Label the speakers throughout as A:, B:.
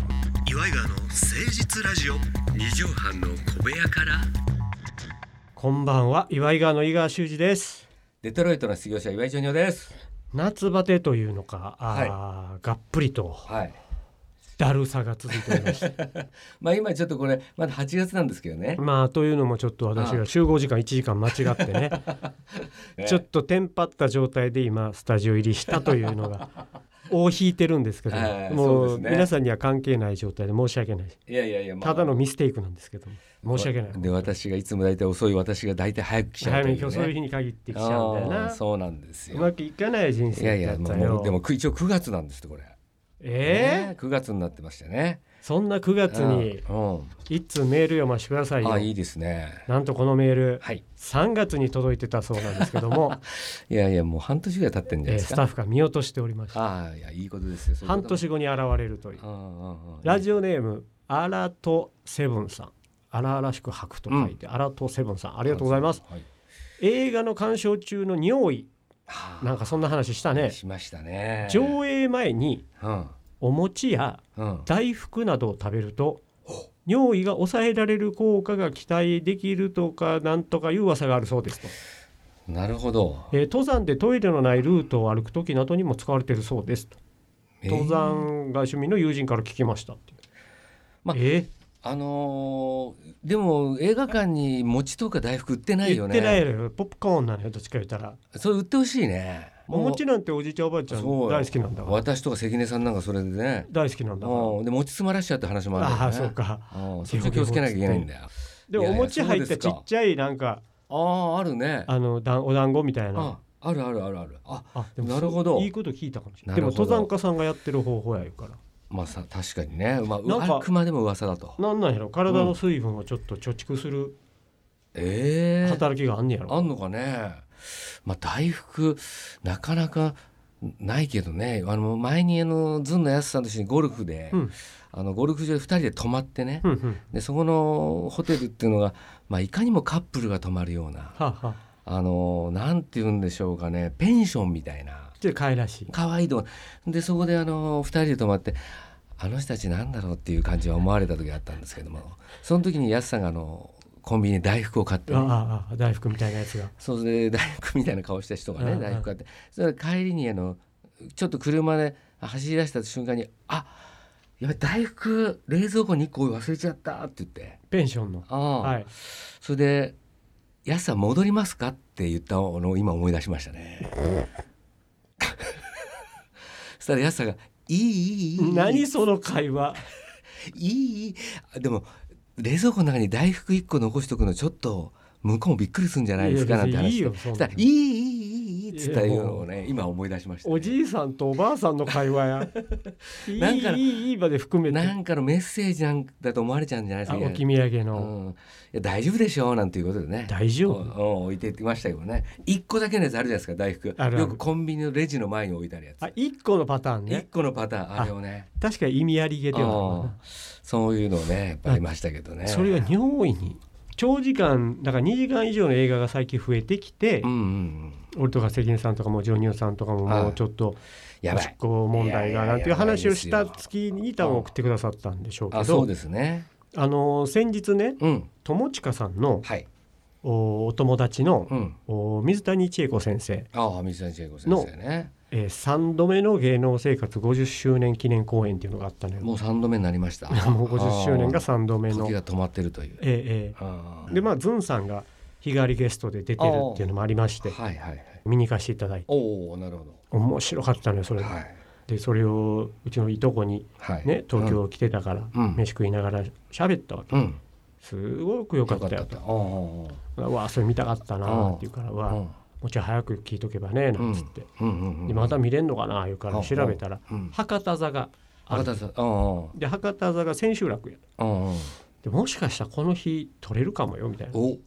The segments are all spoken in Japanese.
A: イガーの誠実ラジオ
B: 二畳半の小部屋から
C: こんばんは岩井川の井川修司です
B: デトロイトの失業者岩井ジョニオです
C: 夏バテというのかあー、がっぷりと
B: はい
C: だるさが続いておりました
B: まあ今ちょっとこれまだ8月なんですけどね
C: まあというのもちょっと私が集合時間1時間間違って ねちょっとテンパった状態で今スタジオ入りしたという のが尾を引いてるんですけど、
B: はい
C: もう
B: そうですね
C: 皆さんには関係ない状態で申し訳ない
B: いやいやいや、まあ
C: ただのミステイクなんですけど申し訳ない
B: で私がいつも大体遅い私が大体早く来ちゃう
C: 早
B: とい
C: め
B: う、ね、
C: に今日そういう日に限ってきちゃうんだよ
B: あー
C: な
B: そうなんです
C: う
B: よ
C: まくいかない人
B: いや
C: 生
B: い
C: だ
B: や
C: っ
B: も
C: た
B: う
C: よ
B: もうでも一応9月なんですってこれ
C: え
B: 9月になってましたね
C: ーそんな9月に
B: うんうん
C: 一通メール読ましてくださいよ
B: あいいですね
C: なんとこのメール
B: はい
C: 3月に届いてたそうなんですけ ども、
B: いやいやもう半年ぐらい経ってんじゃ
C: え
B: ない
C: ー
B: です
C: スタッ
B: か、
C: フが見落としておりました
B: ああいやいいことですよそういうこ
C: 半
B: と
C: 年後に現れるという
B: うんうんうん
C: ラジオネームアラトセブンさん荒々しく吐くと書いて、アラトセブンさんありがとうございます、
B: はい
C: 映画の鑑賞中の尿意
B: はあ
C: なんかそんな話したね
B: しましたね。
C: 上映前に
B: うん
C: お餅や
B: うん。
C: 大福などを食べると尿意が抑えられる効果が期待できるとかなんとかいう噂があるそうですと
B: なるほど。
C: えー登山でトイレのないルートを歩く時などにも使われているそうですと登
B: えー。
C: 山が趣味の友人から聞きましたっていう、
B: まあ
C: え
B: あのーでも映画館に餅とか大福売ってない
C: 言
B: よ
C: っ
B: ね。
C: てないのよポップコーンなのよどっちか言ったら
B: それ売ってほしいね。
C: お餅なんておじいちゃんおばあちゃん
B: そうよ
C: 大好きなんだわ
B: 私とか関根さんなんかそれでね。
C: 大好きなんだわ
B: うん。で餅詰まらしちゃうって話もあるよね。
C: ああそう。か
B: うん。そっちは気をつけなきゃいけないんだよ。
C: でもお餅入ったちっちゃいなんか
B: あああるね。あ
C: あのだんお団子みたいな
B: あるあるあるある。あ
C: あでも
B: なるほど
C: いいこと聞いたかもしれな
B: な
C: いで
B: る
C: も
B: ほど
C: 登山家さんがやってる方法やいうから
B: まあさ確かにね。まあ
C: なんか
B: あくまでも噂だと。
C: なんなんやろ体の水分をちょっと貯蓄する
B: ええ
C: 働きがあんねやろ、
B: あんのかね。まあ、大福、なかなかないけどね。あの、前に、あの、ずんのやすさんと一緒にゴルフで、
C: うん
B: あの、ゴルフ場で二人で泊まってね。
C: うんうんは
B: で、そこのホテルっていうのが、まあ、いかにもカップルが泊まるような、
C: あ、はあ、
B: あの、なんて言うんでしょうかね、ペンションみたいな、
C: ちょっと可愛らしい
B: 可愛いとこ。で、そこで、あの、二人で泊まって、あの人たちなんだろうっていう感じは思われた時があったんですけども、その時にやすさんが、あの、コンビニで大福を買って、
C: あ
B: ね、
C: ああ大福みたいなやつが
B: そうで大福みたいな顔した人が
C: うん
B: ね
C: うん
B: 大福買ってそれで帰りにあのちょっと車で走り出した瞬間に「あやばい大福冷蔵庫に1個忘れちゃった」って言って
C: ペンションの
B: 「ああ、
C: はい
B: それで「やさん戻りますか?」って言ったのを今思い出しました ね。そしたらやさんが「いいいいいい
C: 何その会話
B: いいいいあでも冷蔵庫の中に大福1個残しとくのちょっと向こうもびっくりするんじゃないですか」なんて話
C: い
B: して
C: や別にいいよそん
B: したら
C: な
B: いいいいいいいいっつったのをね今思い出しましたね、
C: おじいさんとおばあさんの会話やい い
B: なんか
C: いいいいまで含め
B: な
C: て
B: んかのメッセージなんだと思われちゃうんじゃないです
C: あ
B: か
C: 置き
B: い
C: 土産
B: やう
C: の、
B: ん、いや大丈夫でしょうなんていうことでね
C: 大丈夫
B: うん置いていってましたけどね一個だけのやつあるじゃないですか大福
C: あるある
B: よくコンビニのレジの前に置いてあるやつ
C: あ一個のパターン
B: 一
C: ね
B: 個のパターンあれをね
C: 確かに意味ありげではあ
B: う
C: る
B: んそういうのをねやっぱりましたけどね
C: なそれが尿意に長時間だから2時間以上の映画が最近増えてきて、
B: うんうんうん
C: 俺とか関根さんとかもジョニオさんとかも
B: はい
C: もうちょっと
B: や
C: お
B: ば
C: しっ
B: い
C: こ問題がなんていう話をした月に多分送ってくださったんでしょうけ
B: あそう
C: ど
B: ですね
C: あの先日ね
B: うん
C: 友近さんの
B: はい
C: おお友達の
B: うん
C: お水谷千恵子先生、
B: ああ水谷千恵子先生ね
C: え3度目の芸能生活50周年記念公演っていうのがあったのよ。
B: もう三度目になりました
C: もう50周年が3度目の
B: 時。が止まってるという。
C: ええええでまあズンさんが日替わりゲストで出てるっていうのもありまし
B: あ
C: て
B: はいはいはい。
C: 見に行かせていただいて
B: おおなるほど。
C: 面白かったのよそれが。
B: はい
C: でそれをうちのいとこに
B: はい。
C: ね東京来てたから
B: うん
C: 飯食いながら喋ったわけ。
B: うん。うん。
C: すごく良かったよ
B: よ。お
C: と。わあそれ見たかったなっていうから
B: お。
C: わあ
B: う
C: も
B: ん
C: うちょい早く聞いとけばねなんつって。
B: うんうんう
C: で
B: ん。
C: また見れんのかないうから調べたら
B: うん。
C: 博多座があ
B: あ
C: る
B: なたさん。うんうん
C: で博多座が千秋楽や
B: うんうん。
C: でもしかしたらこの日取れるかもよみたいなで
B: お。うん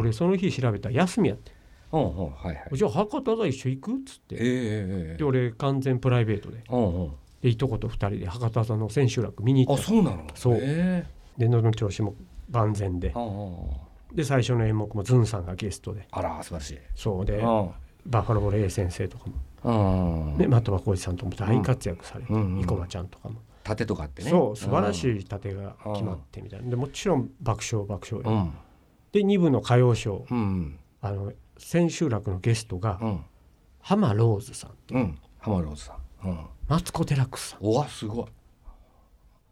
C: 俺その日調べたら休みやって
B: うんうんはいはい
C: 「。じゃあ博多座一緒行く?」っつっ
B: ええ
C: て
B: えええ
C: で俺完全プライベートで
B: え。うんうん。
C: でいとこと二人で博多座の千秋楽見に行
B: あ
C: った
B: そうなの。
C: そう
B: ええ。
C: で喉の調子も万全で
B: うんうんうん。
C: で最初の演目もズンさんがゲストで
B: あら素晴らしい。
C: そうで
B: うん。
C: バッファローレイ先生とかも
B: うんうんうん。
C: ね的場浩司さんとも大活躍されて
B: うんうんうん
C: 生駒ちゃんとかも
B: 盾とかあってね
C: そう素晴らし
B: い、
C: い盾が決まってみたいなでもちろん爆笑爆笑
B: う
C: よ、
B: ん
C: で2部の歌謡ショー
B: うんうん
C: あの千秋楽のゲストが
B: うん
C: 浜ローズさん
B: うん浜ローズさん、うん、
C: マツコ・デラックスさん
B: おわすごい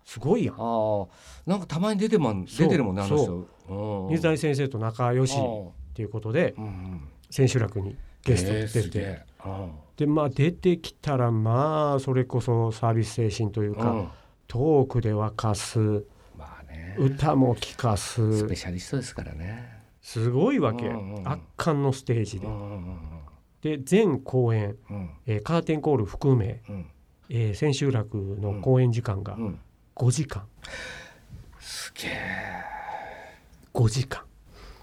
C: すごいやん
B: ああなんかたまに出てまん
C: そう
B: 出てるもんねあの
C: そ
B: 人うん
C: 水谷先生と仲良し
B: あ
C: っ
B: ー
C: ていうことで
B: うんうん
C: 千秋楽にゲスト
B: えー
C: で出
B: す
C: て、
B: げえうん
C: でまあ出てきたらまあそれこそサービス精神というか、
B: うん
C: トークで沸かす
B: まあね
C: 歌も聴か
B: ス
C: す
B: ペシャリストですからね
C: すごいわけ、
B: うんうんうん
C: 圧巻のステージ
B: う
C: で、
B: んうん
C: で全公演、
B: うんうん
C: えーカーテンコール含め、
B: うん
C: えー千秋楽の公演時間が
B: うん
C: 5時間
B: すげえ
C: 5時間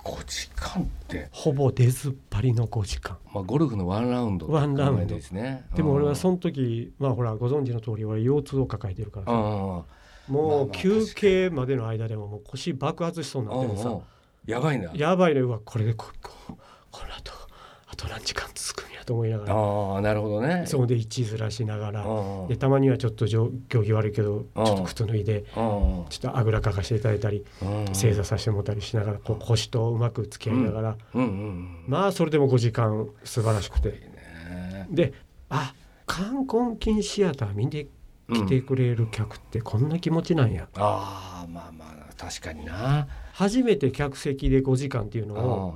B: 5時間って
C: ほぼ出ずっぱりの5時間
B: まあゴルフのワンラウンドって
C: ワンラウンド
B: 考えてですね
C: でも俺はそ
B: ん
C: の時まあほらご存知の通り俺腰痛を抱えてるから
B: う
C: さ
B: んうんまあま
C: も
B: あ
C: う休憩までの間でももう腰爆発しそうにな
B: う
C: って
B: ん
C: るさ
B: うんやばいな
C: やばいねうわこれでこここの後あと何時間続くんやと思いながら
B: ああなるほどね
C: そこで位置ずらしなが
B: う
C: ら
B: んうん
C: でたまにはちょっとじょ行儀悪いけどちょ
B: うん
C: っと靴脱いで
B: うんうん
C: ちょっとあぐらかかしていただいたり
B: うんうん
C: 正座させてもらったりしながらこう腰とうまく付き合いながら
B: うんうんうん
C: まあそれでも5時間素晴らしくて
B: いいね
C: であ冠婚金シアター見て来てくれる客ってこんな気持ちなんや
B: ああまあまあ確かにな
C: 初めて客席で5時間っていうのを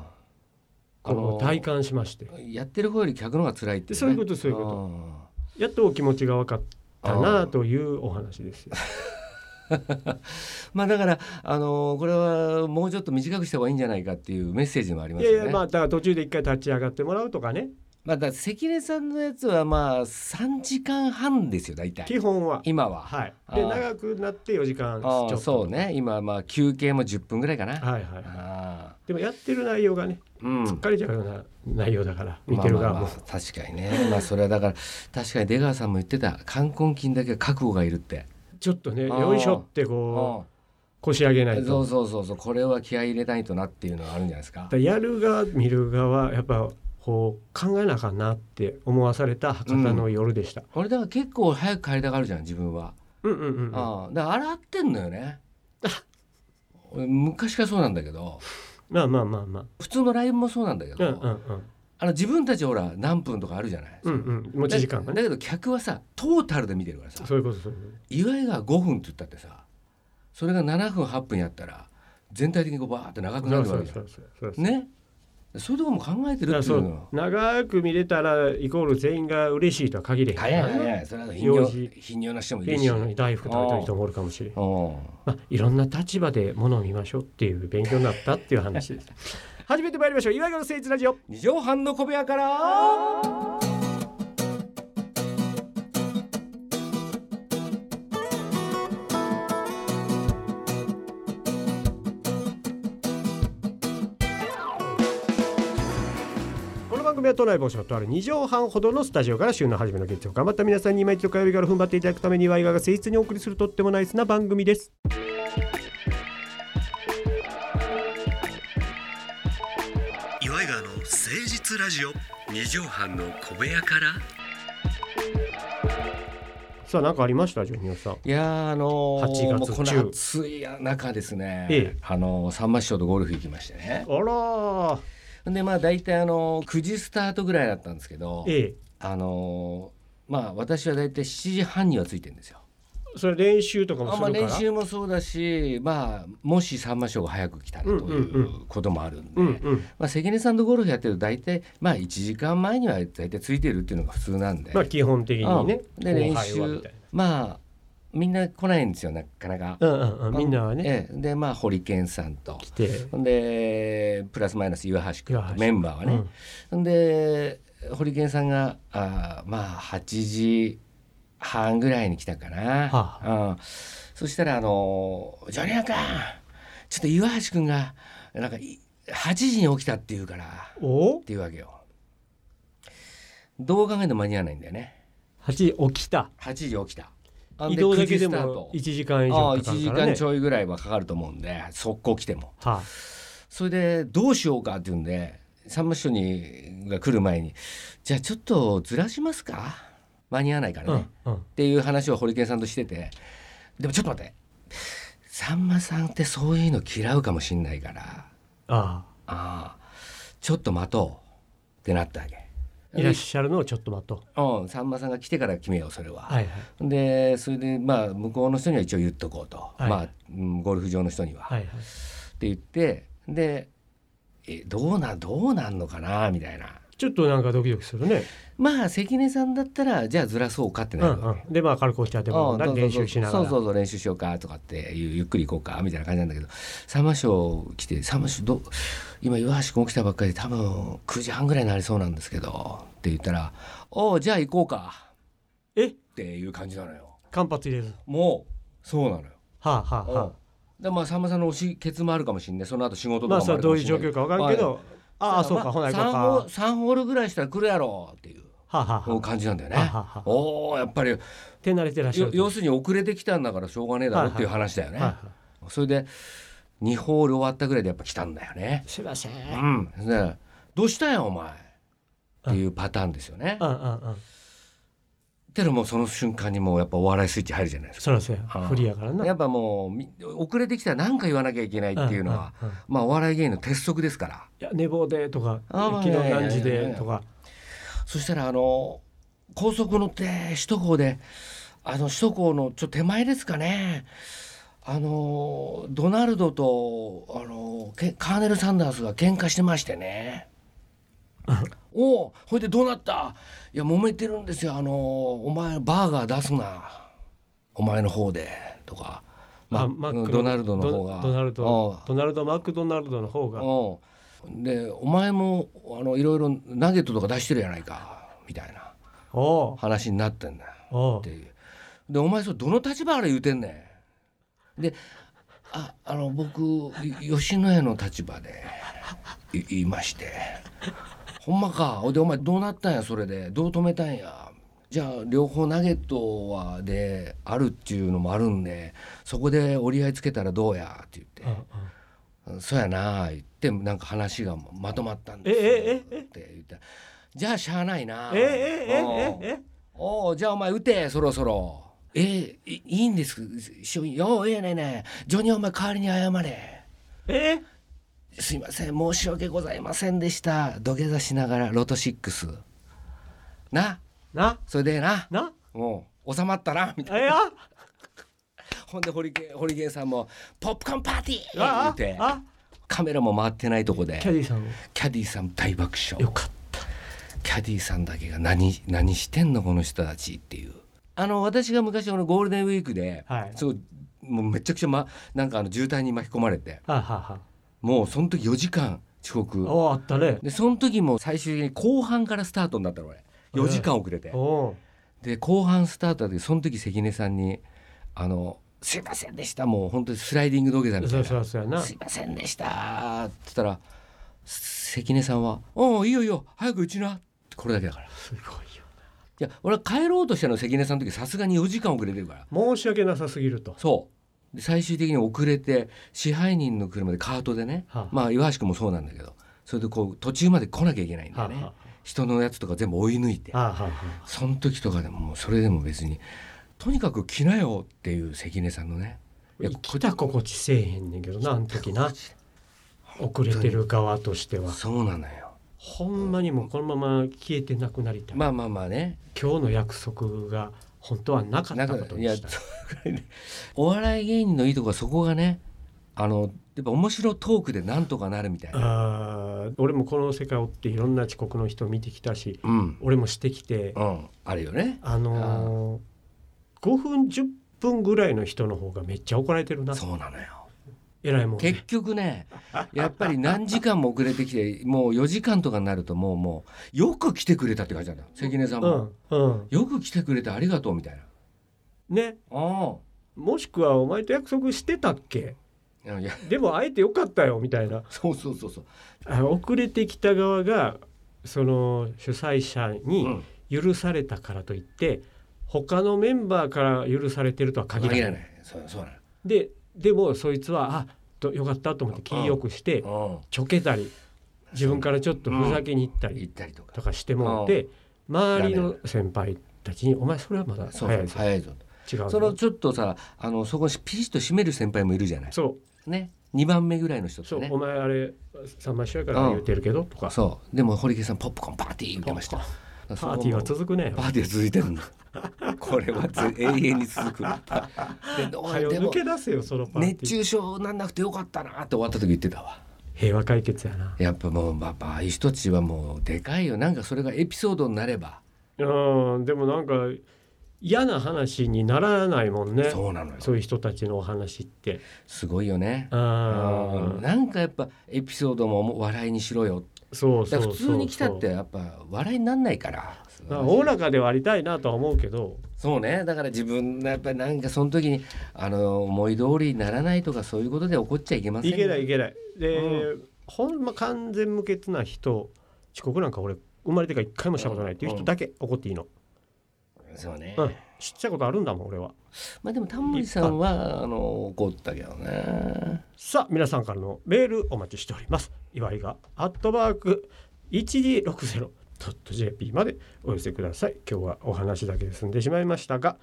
B: あ
C: こ
B: の
C: う体感しまして
B: やってる方より客の方が辛いってね
C: そういうことそういうこと
B: あ
C: やっとお気持ちが分かったなあというお話ですよ。
B: ーまあだからあのーこれはもうちょっと短くした方がいいんじゃないかっていうメッセージもありま
C: い
B: す
C: や
B: よ
C: い
B: ね
C: やまあだから途中で一回立ち上がってもらうとかね
B: まあだから関根さんのやつはまあ3時間半ですよ大体
C: 基本は。
B: 今は、
C: はい、で
B: あー
C: 長くなって4時間ち
B: あ
C: ょっ
B: あ
C: と
B: そうね今まあ休憩も10分ぐらいかな、
C: はいはい
B: あ
C: でもやってる内容がね
B: ーうん
C: 疲れちゃうような内容だから見てる側も、
B: まあまあまあ確かにねまあそれはだから確かに出川さんも言ってた冠婚金だけは覚悟がいるって、
C: ちょっとね
B: あー
C: よいしょって
B: うん
C: こう腰上げないと
B: そうそうそうそうこれは気合い入れないとなっていうのはあるんじゃないですか
C: だ。からやる側見る側やっぱこう考えなあかんなって思わされた博多の夜でした、
B: 俺だから結構早く帰りたがるじゃん自分は。
C: うん、うんうんうん
B: ああだからあれ合ってんのよね。俺昔からそうなんだけど
C: まあまあまあま
B: 普通の LINE もそうなんだけ
C: あうん
B: ど、
C: うんうん
B: あの自分たちほら何分とかあるじゃない。
C: うんうん持ち時間
B: だ
C: が
B: だけ
C: ね
B: ど客はさトータルで見てるからさ
C: そういうことそういうこ
B: 岩井が5分って言ったってさそれが7分8分やったら全体的にこうバーって長く
C: と
B: な
C: そう
B: る
C: そ
B: わ
C: う
B: けじ
C: そうそう
B: ゃん。ねそういうとこも考えて
C: だか
B: るっ
C: ら
B: てい
C: そうう
B: の。
C: 長く見れたらイコール全員が嬉しいとは限れへん
B: 早い
C: からね
B: 早いそれは頻尿
C: 用事
B: 頻尿な人もい
C: ペ
B: る
C: ニ
B: し。
C: オの大福食べてる人もおるかもしれ
B: う
C: ん
B: ん
C: まあ、いろんな立場でものを見ましょうっていう勉強になったっていう話です 初めて参りましょう岩井川の誠一ラジオ
B: 二畳半の小部屋から。
C: この番組は都内某所とある2畳半ほどのスタジオから週の初めの月曜頑張った皆さんに今一度火曜日から踏ん張っていただくために岩井川が誠実にお送りするとってもナイスな番組です
A: 岩井川の誠実ラジオ
B: 二畳半の小部屋から。
C: さあ何かありましたジュニオさん
B: いやーあのー、
C: 8月
B: もうこ
C: 中
B: の暑い中ですね。
C: ええ
B: あのー、さんま師匠とゴルフ行きましてね。
C: あらー
B: でまあ大体あのー、9時スタートぐらいだったんですけど、
C: ええ
B: あのー、まあ私は大体7時半にはついてるんですよ。
C: それ練習とかも
B: あ
C: す
B: まあ、
C: るから
B: 練習もそうだし、まあ、もしさんま師匠が早く来たらと
C: うんう
B: い
C: ん
B: ううこともあるんで、
C: うんうん
B: まあ、関根さんとゴルフやってると大体、まあ、1時間前には大体ついてるっていうのが普通なんで、
C: まあ基本的にね
B: うんで練
C: 後輩はみ
B: 習
C: たい
B: まあみんな来ないんですよなかなか。
C: なうんうんうんみんなはね
B: ええでまあホリケンさんと
C: 来て
B: ほんでプラスマイナス岩橋君
C: 岩橋君
B: メンバーはね。ほんでホリケンさんがあーまあ8時半ぐらいに来たかな。う
C: は
B: ん、そしたらあのー「ジョニア君ちょっと岩橋君がなんかい8時に起きたって言うから」っ
C: うんお
B: ていうわけよ。どう考えても間に合わないんだよね。
C: 8時起きた
B: 8時起きた。あん
C: 移動だけで
B: 9時スタート
C: も1時間以
B: ああ
C: 上かか
B: 1時
C: るから
B: 間
C: ね
B: ちょいぐらいはかかると思うんで速攻来ても
C: は
B: それでどうしようかって言うんでさんま師匠にが来る前にじゃあちょっとずらしますか間に合わないか
C: あ
B: らね、っ
C: うんうん
B: ていう話をホリケンさんとしててでもちょっと待ってさんまさんってそういうの嫌うかもしんないから
C: あ
B: ああちょっと待とうってなったわけ
C: あいらっしゃるのをちょっと待とう
B: うんさんまさんが来てから決めようそれは、
C: はいはい
B: でそれでまあ向こうの人には一応言っとこうと、
C: い
B: まあうんゴルフ場の人には、
C: はいはい
B: って言ってでえどうなどうなんのかなみたいな
C: ちょっとなんかドキドキするね
B: まあ関根さんだったらじゃあずらそうかって
C: う
B: なるわ
C: ん
B: け、
C: うんでまあ軽くお茶でも飲んだ
B: ああ
C: り練習しなが
B: そうそ
C: ら
B: うそう練習しようかとかっていうゆっくり行こうかみたいな感じなんだけどサマショー来てサマショーど今岩橋君起きたばっかりで多分9時半ぐらいになりそうなんですけどって言ったら「おうじゃあ行こうか」
C: え
B: っていう感じなのよ
C: 間髪入れる
B: もうそうなのよ
C: はあはあは
B: でまあさんまさんの推しケツもあるかもしれないその後仕
C: あ
B: 事と
C: ま
B: かも
C: あそ
B: あ
C: れは
B: る
C: ど
B: か
C: う
B: もしれない
C: いう状況か分かるけどああそう
B: ま
C: かほな行こう
B: 三
C: か
B: ホール三ホールぐらいしたら来るやろうっていう
C: はあはあは
B: 感じなんだよね
C: あはあはあ
B: おおやっぱりよ
C: 手慣れてらっしゃる
B: 要するに遅れてきたんだからしょうがねえだろっていう話だよね、
C: はいはい
B: それで2ホール終わったぐらいでやっぱ来たんだよね。
C: すいませんう
B: うんん、ねどうしたんやお前っていうパターンですよね
C: う。んうん
B: けどもうその瞬間にもうやっぱお笑いスイッチ入るじゃないです
C: そらそうや
B: ああ
C: フリやから
B: か。
C: な
B: やっぱもうみ遅れてきたら何か言わなきゃいけないっていうのは、
C: んんんい
B: まあお笑い芸人の鉄則ですから。
C: や寝坊でとか
B: あまあ
C: 昨日何時
B: いやいやいやい
C: で
B: や
C: とか
B: そしたらあの高速乗って首都高であの首都高のちょっと手前ですかねあのドナルドとあのけカーネル・サンダースが喧嘩してまして ね。おおほいでどうなったいや揉めてるんですよあのお前バーガー出すなお前の方でとか、ま
C: あマックの
B: ドナルドの方が
C: ドドナルド
B: う
C: ドナルドマクドナルドの方が
B: んうんでお前もあのいろいろナゲットとか出してるやないかみたいな
C: おう
B: 話になってんだよ
C: お
B: っ
C: う
B: ていうでお前それどの立場から言うてんねんでああの僕い吉野家の立場でい言いましてほんまかほいでお前どうなったんやそれでどう止めたんやじゃあ両方ナゲットはであるっていうのもあるんでそこで折り合いつけたらどうやって言って
C: うんう
B: 「
C: ん
B: そうやな」言ってなんか話がまとまったん
C: え
B: ですよ
C: ええ
B: って言ったらじゃあしゃあないな」
C: えええええええ
B: おうじゃあお前打てそろそろえーいいいんですしょよええねえねえジョニーお前代わりに謝れ
C: えええ
B: すいません申し訳ございませんでした土下座しながらロト6な
C: な
B: それでな
C: な
B: もう収まったなみたい
C: えあ
B: なほんでホリケンホリケンさんも「ポップコーンパーティー!」言
C: あ
B: うて
C: あ
B: カメラも回ってないとこで
C: キャディさんも
B: キャディーさん大爆
C: よ
B: 笑
C: かった
B: キャディーさんだけが何「何してんのこの人たち」っていうあの私が昔あのゴールデンウィークで、
C: はい
B: そうもうめちゃくちゃ、ま、なんかあの渋滞に巻き込まれて
C: はあはあは
B: もうその時4時間遅刻
C: あおうあったね
B: でその時も最終的に後半からスタートになったの俺4時間遅れて、
C: おう
B: で後半スタートだけどその時関根さんに「あのすいませんでしたもう本当にスライディング土下座みた
C: そ
B: いうな
C: そうそうやな
B: すいませんでした」って言ったら関根さんは「おういいよいいよ早くうちな」これだけだから。
C: すごいよ
B: いや俺は帰ろうとしたの関根さんの時さすがに4時間遅れてるから
C: 申し訳なさすぎると
B: そうで最終的に遅れて支配人の車でカートでね、
C: はあ
B: まあ岩橋君もそうなんだけどそれでこう途中まで来なきゃいけないんだよね、
C: はあはあ
B: 人のやつとか全部追い抜いて
C: ああはあはあ
B: その時とかでももうそれでも別にとにかく来なよっていう関根さんのねいや
C: 生きた心地せえへんねんけどなあの時な遅れてる側としては
B: そうなのよ
C: ほんまにもうこのまま消えてなくなりたい、
B: まあまあまあね
C: 今日の約束が本当はなかったことに
B: なんかい
C: した
B: やそうぐらいねお笑い芸人のいいとこはそこがねあのやっぱ面白トークでなんとかなるみたいな
C: あー俺もこの世界を追っていろんな遅刻の人を見てきたし
B: うん
C: 俺もしてきて、
B: うん、あるよね。
C: あのー、5分10分ぐらいの人の方がめっちゃ怒られてるな
B: そうなのよ。
C: えらいも ん
B: 結
C: ね
B: 局ね、やっぱり何時間も遅れてきて、もう4時間とかになるともうもうよく来てくれたって感じなんだよ。関根さん
C: う
B: も、
C: んうん
B: よく来てくれてありがとうみたいな。
C: ね
B: あ
C: もしくはお前と約束してたっけ
B: あ、いや
C: でも会えてよかったよみたいな
B: そうそうそうそう。
C: あ遅れてきた側がその主催者
B: う
C: に
B: ん、
C: 許されたからといって、他のメンバーから許されてるとは限らない
B: 限らない。そうそうな
C: ででもそいつはあとよかったと思って気よくして
B: の。
C: ちょけたり自分からちょっとふざけに行った
B: うん、
C: り
B: 行ったりとか。
C: とかしてもって周り
B: ダメ
C: の先輩たちに「お前それはまだ
B: そうそ
C: 早いうぞ
B: 早いぞと。
C: 違うの
B: そのちょっとさあのそこピシッと締める先輩もいるじゃない
C: そう
B: ね2番目ぐらいの人って
C: そう、
B: ね
C: お前あれ三枚試合から言ってるけど、とか
B: そうでも堀池さんポップコーンパーティー言ってましたパ
C: パーティーは続くね
B: パーティーは続いてるんだこれは ず永遠に続くでどう
C: 早う
B: でも
C: 抜け出せよそのパーティー
B: 熱中症なんなくてよかったなって終わった時言ってたわ
C: 平和解決やな
B: やっぱもうパパ一ちはもうでかいよなんかそれがエピソードになれば、
C: うんでもなんか嫌な話にならないもんね
B: そうなのよ
C: そういう人たちのお話って
B: すごいよね
C: あ
B: うん
C: あ
B: なんかやっぱエピソードももう笑いにしろよ
C: そうそ
B: だ
C: う
B: から
C: そう
B: 普通に来たってやっぱ笑いになんないから
C: まあおおらかではありたいなとは思うけど
B: そうねだから自分がやっぱりなんかその時にあの思い通りにならないとかそういうことで怒っちゃいけません
C: い
B: よ
C: けないいけないで、
B: う
C: ほんま完全無欠な人遅刻なんか俺生まれてから一回もしたことないっていう人だけ怒っていいの、
B: そうね、
C: うん、知っちゃうことあるんだもん俺は
B: まあでもタモリさんはあの怒ったけどね
C: さあ皆さんからのメールお待ちしております岩井がアットマーク 1260.jp までお寄せください今日はお話だけで済んでしまいましたが、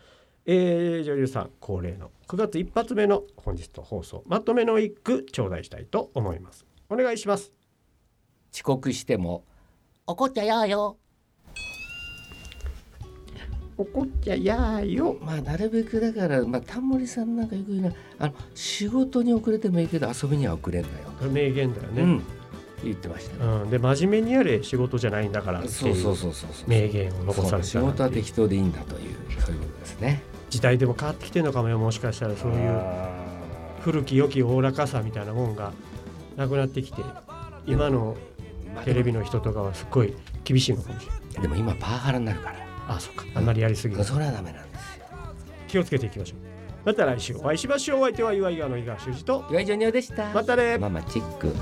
C: えー女優さん恒例の9月一発目の本日の放送まとめの一句頂戴したいと思いますお願いします
B: 遅刻しても
D: 怒っちゃやーよ。
C: 怒っちゃやーよ
B: まあなるべくだから、まあ、タモリさんなんかよく言うなあの仕事に遅れてもいいけど遊びには遅れんなよ
C: これ名言だよ
B: と、
C: ね、
B: うん、言ってましたね、
C: うん、で真面目にやれ仕事じゃないんだからって
B: そう
C: い
B: そううそうそうそう
C: 名言を残され
B: 仕
C: たな
B: 事は
C: っていう
B: 適当でいいんだというそういうことですね
C: 時代でも変わってきてるのかもよもしかしたらそういう古き良きおおらかさみたいなもんがなくなってきて今のテレビの人とかはすっごい厳しいのかもしれない
B: でも今パワハラになるから
C: あそうかあんまりやりすぎる
B: それはダメなんですよ
C: 気をつけていきましょうまた来週お会いしましょうお相手は岩井川の井川修司と
B: 岩井ジョニオでした
C: またね
B: ママチェック